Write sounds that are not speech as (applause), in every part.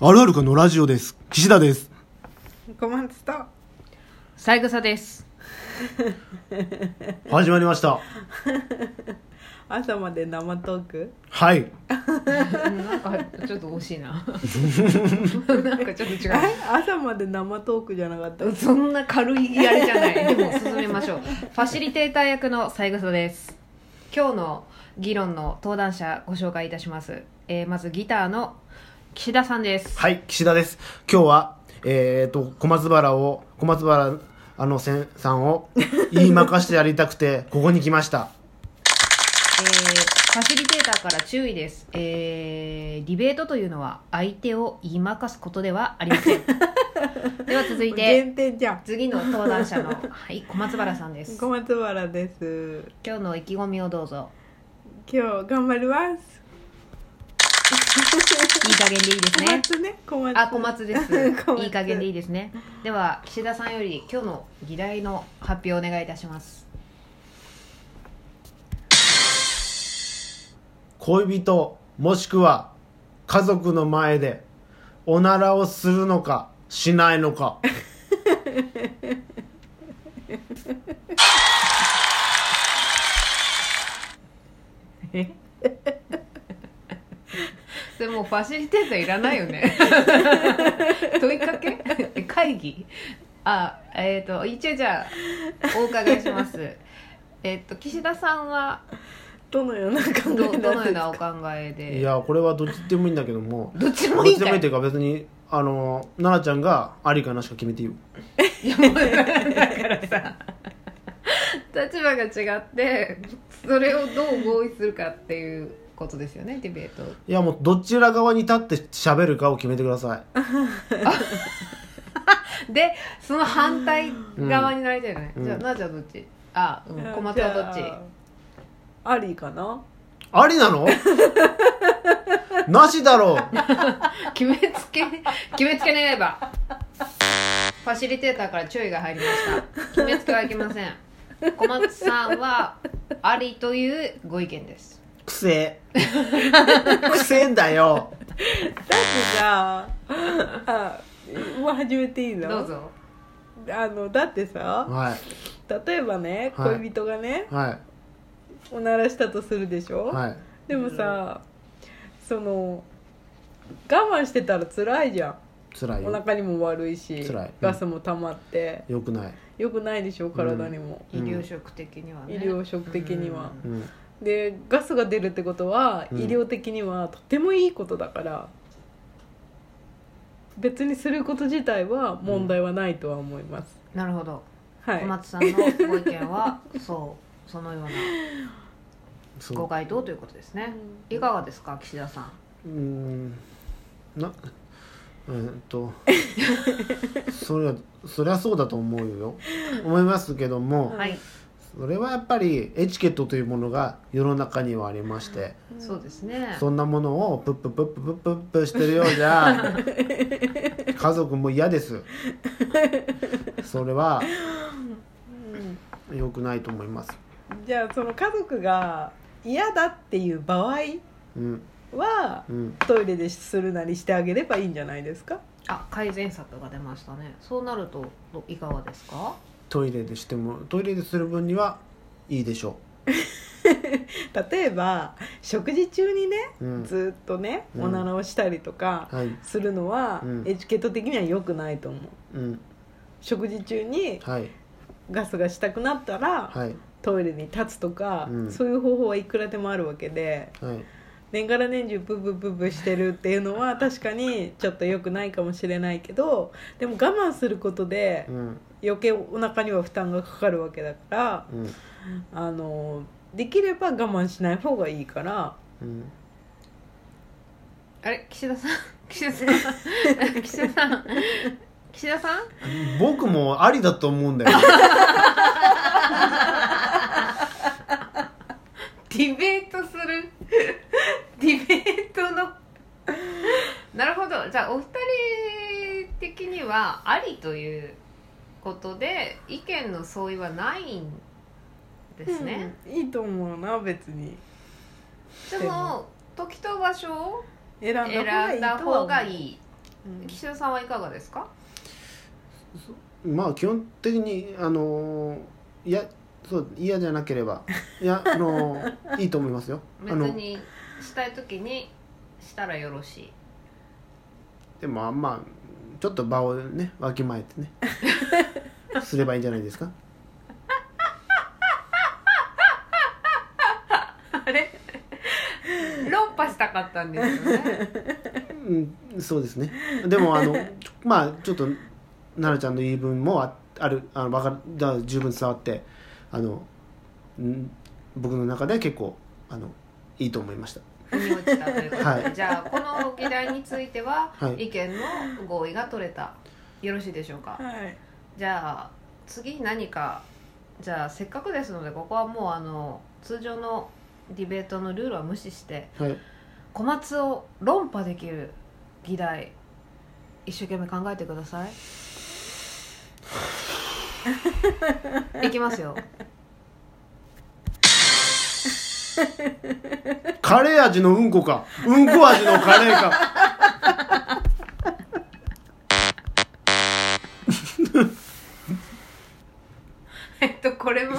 あるあるかのラジオです岸田です小松と三枝です始まりました朝まで生トークはいなんかちょっと惜 (laughs) しいななんかちょっと違え朝まで生トークじゃなかったうそんな軽いあれじゃない (laughs) でも進めましょうファシリテーター役の三枝です今日の議論の登壇者ご紹介いたします、えーまずギターの岸田さんですはい岸田です今日はえっ、と小松原を小松原あのせんさんを言いまかしてやりたく (laughs) てここに来ましたえーファシリテーターから注意です、えーディベートというのは相手を言いまかすことではありません (laughs) では続いて限定じゃん次の登壇者の、はい、小松原さんです小松原です今日の意気込みをどうぞ今日頑張りますいい加減でいいです小 (laughs) ね松ね小松あ (laughs) 小松です小松いい加減でいいですねでは岸田さんより今日の議題の発表をお願いいたします恋人もしくは家族の前でおならをするのかしないのかそれもうファシリテーターいらないよ (laughs) ね問いかけ (laughs) 会議あえっ、と一応じゃあお伺いし (laughs) ますえっ、と岸田さんはどのような考えどどのようななお考えでいやこれはどっちでもいいんだけどもどっちでどっもいいちんでかもいいいっていうか別にあの奈々ちゃんがありかなしか決めていいよいやもうだからさ立場が違ってそれをどう合意するかっていうことですよねディベートいやもうどちら側に立って喋るかを決めてくださいでその反対側になりたいよね、うんじゃあなあちゃんどっちあ、うん、小松はどっちありかなありな (laughs) のなしだろう決めつけ決めつけねえばファシリテーターから注意が入りました決めつけはいけません小松さんはありというご意見ですくせえくせえんだよだって (laughs) さあもう始めていいのどうぞあのだってさは例えばねはい恋人がねいはおならしたとするでしょいはいでもさ、その我慢してたら辛いじゃつらんいおよ腹にも悪いし辛いガスも溜まって、よくない良くないでしょ体にも、医療職的にはね医療職的にはうんうんでガスが出るってことは、うん医療的にはとてもいいことだから別にすること自体は問題はないとは思います、なるほどは小い松さんのご意見は (laughs) そうそのようなそうご回答ということですねいかがですか岸田さんうーんなえーっとそりゃそりゃそうだと思うよ思いますけどもはいそれはやっぱりエチケットというものが世の中にはありましてそうですねそんなものをプッププッププップップしてるようじ (laughs) ゃ家族も嫌ですそれはうん良くないと思いますじゃあその家族が嫌だっていう場合うんはうんトイレでするなりしてあげればいいんじゃないですかあ改善策が出ましたねそうなるとどいかがですかトイレでしてもトイレでする分にはいいでしょ例えば食事中にねう、うん、ずーっとねうんおならをしたりとかはいするのは、うんエチケット的には良くないと思ううん食事中にはいガスがしたくなったら、はいトイレに立つとか、うんそういう方法はいくらでもあるわけではい年がら年中ブーブーブーブーしてるっていうのは確かにちょっと良くないかもしれないけどでも我慢することでうん余計お腹には負担がかかるわけだからうんあのできれば我慢しない方がいいからうんあれ岸田さん (laughs) 岸田さん (laughs) 岸田さん岸田さん僕もありだと思うんだよ (laughs) ディベートする (laughs) ディベートのなるほどじゃあお二人的にはありということで意見の相違はないんですね、うんいいと思うな別にでも時と場所を選んだ方がい選いんとはだ思う方がいいうん岸田さんはいかがですかまあ基本的にあのーいやそう嫌じゃなければいやあのーいいと思いますよ (laughs) 別あのにしたい時にしたらよろしいでもあんまあちょっと場をねわきまえ (laughs) てねすればいいんじゃないですか (laughs) あれ論破したかったんですよ (laughs) ねうんそうですねでもあの (laughs) ちょまあちょっと奈々ちゃんの言い分もああるあのわかるだから十分伝わってあのん僕の中では結構あのいいと思いました腑に落ちたということで、はいじゃあこの議題についてははい意見の合意が取れた、よろしいでしょうかはいじゃあ次何かじゃあせっかくですのでここはもうあの通常のディベートのルールは無視してはい小松を論破できる議題一生懸命考えてくだ (laughs) さいいきますよカレー味のうんこかうんこ味のカレー (laughs) かえっとこれも、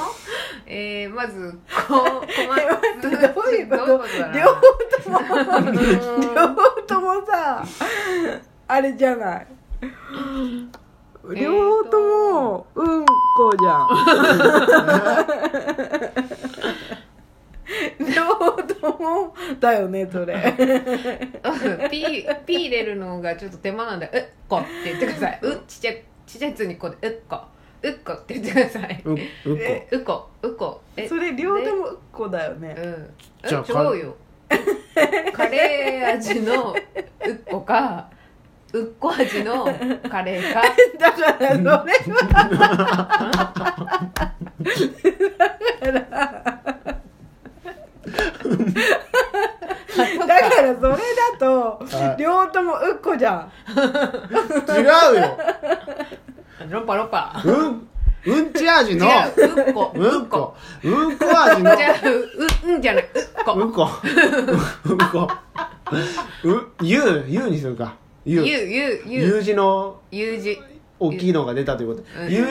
えー、まずこう小松待ってどういうことどういうことだな両方とも両方とも (laughs) さあれじゃないーと両方ともうんこじゃん (laughs) 両方ともだよねそれ P, P 入れるのがちょっと手間なんで「うっこ」って言ってください「う」ちっちゃいちっちゃい「つ」にこうで「うっこ」「うっこ」って言ってください「うんうんこうこ」「うこ」えそれ両方ともうんこだようねんえじゃあカ違うよカレー味のうっこかうっこ味のカレーかだからそれはだからだからそれだとはい両方ともうっこじゃん違うよロパロパうんうんち味違のううっこうんこうんこ味のじゃあううんじゃないうっこうんこうんこうゆうゆうにするかゆゆううゆうゆゆうう字のゆうじ大きいのが出たということうんゆう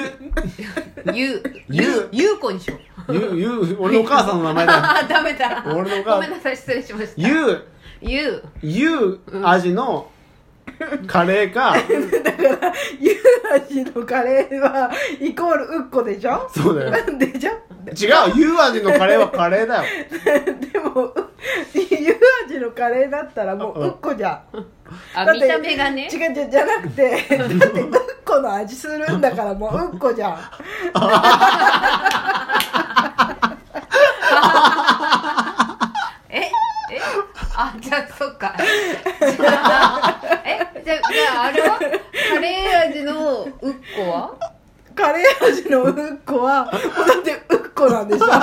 ゆうゆうゆうこにしようゆうゆう俺のお母さんの名前だよあ (laughs) あダメだ俺のおご母めんなさい失礼しま (laughs) したゆうゆうゆう味のカレーかゆう味のカレーはイコールうっこでしょそうだよでしょ違うゆう味のカレーはカレーだよでもうゆう味のカレーだったらもううっこじゃんあだっ見てた目がね違う違うじゃなくてだってうっこの味するんだからもううっこじゃんええあじゃあそっかじゃあえじゃあじゃああれはカレー味のうっこはカレー味のうっこはもうだってうっこなんでしょだか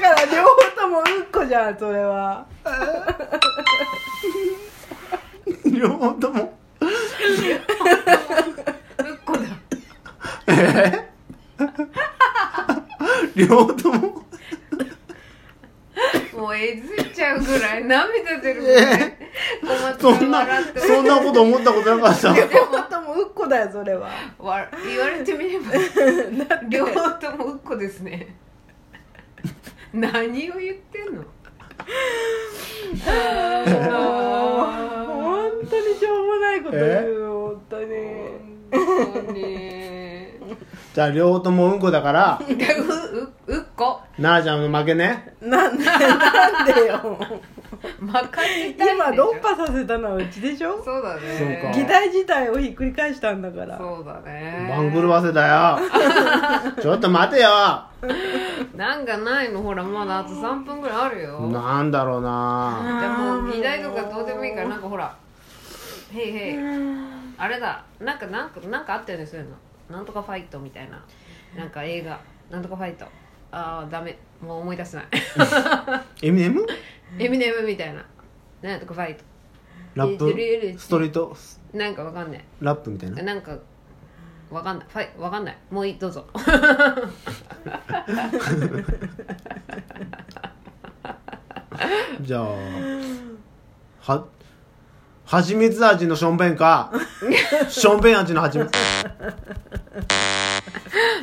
ら両方ともうっこじゃんそれは両方ともうっこだ両方とももうえずいちゃうぐらい涙出るもんね小松そ君んな笑ってそんなこと思ったことなかった両方ともうっこだよそれはわ言われてみれば両方ともうっこですね何を言ってんのあ本当にしょうもないこと言うよ本当にー本当にじゃあ両方ともうんこだからうううっこ奈々ちゃんの負けねなんでなんでよまかせたいんでしょ今論破させたのはうちでしょそうだねそうか議題自体をひっくり返したんだからそうだね番狂わせだ (laughs) よちょっと待てよなんかないのほらまだあと3分ぐらいあるよなんだろうなじゃあもう議題とかどうでもいいからなんかほら「へいへい」あれだなんかなんかなんかあったよねそういうのなんとかファイトみたいななんか映画なんとかファイトああダメもう思い出 (laughs) せないエミネムエミネムみたいななんとかファイトラップストリートなんかわかんないラップみたいななんかわかんないファイわかんないもういいどうぞじゃあははちみつ味のしょんべん (laughs) かしょんべん味のはちみつ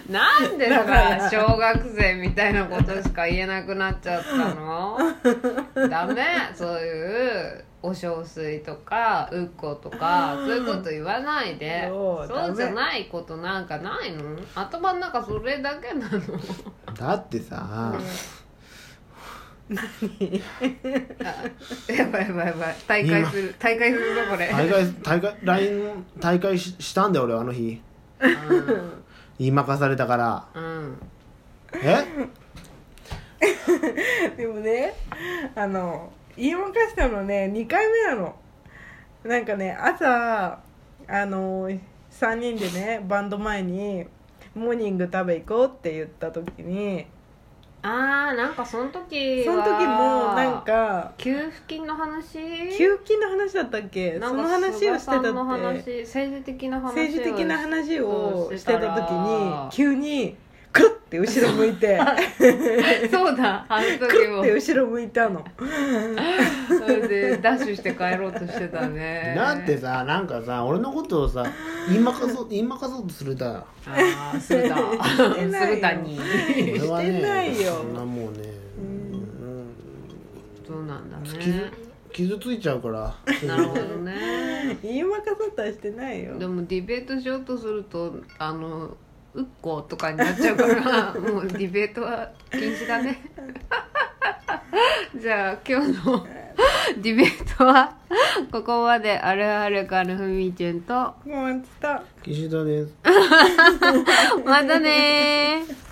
なんでだからさ小学生みたいなことしか言えなくなっちゃった (laughs) のダメそういうお小水とかうっことかそういうこと言わないでそそうダメうじゃないことなんかないの頭の中それだけなの (laughs) だってさ、あやばいやばいやばい大会する大会するぞこれ大会大会 LINE 大会ししたんだよ俺あの日言いまかされたからうんえでもねあの言いまかしたのね2回目なのなんかね朝あの3人でねバンド前にモーニング食べ行こうって言った時にあーなんかその時その時もなんか給付金の話給付金の話だったっけなそんかの話をしてた菅さんのっ話て政治的な話を政治的な話をしてた時に急急にクルッて後ろ向いて (laughs) そうだあのク時ルッもて後ろ向いたのそれでダッシュして帰ろうとしてたねだってさなんかさ俺のことをさ言いまかそう言いまかそうとするだああするだ (laughs) てないよするだに俺はねしてないよそんなもうね、うんそうなんだね傷傷ついちゃうからなるほどね言いまかそうとはしてないよでもディベートしようとするとあのうっことかになっちゃうからもうディベートは禁止だねじゃあ今日のディベートはここまであるあるかのふみちゅんともう伝わった岸田ですまたねー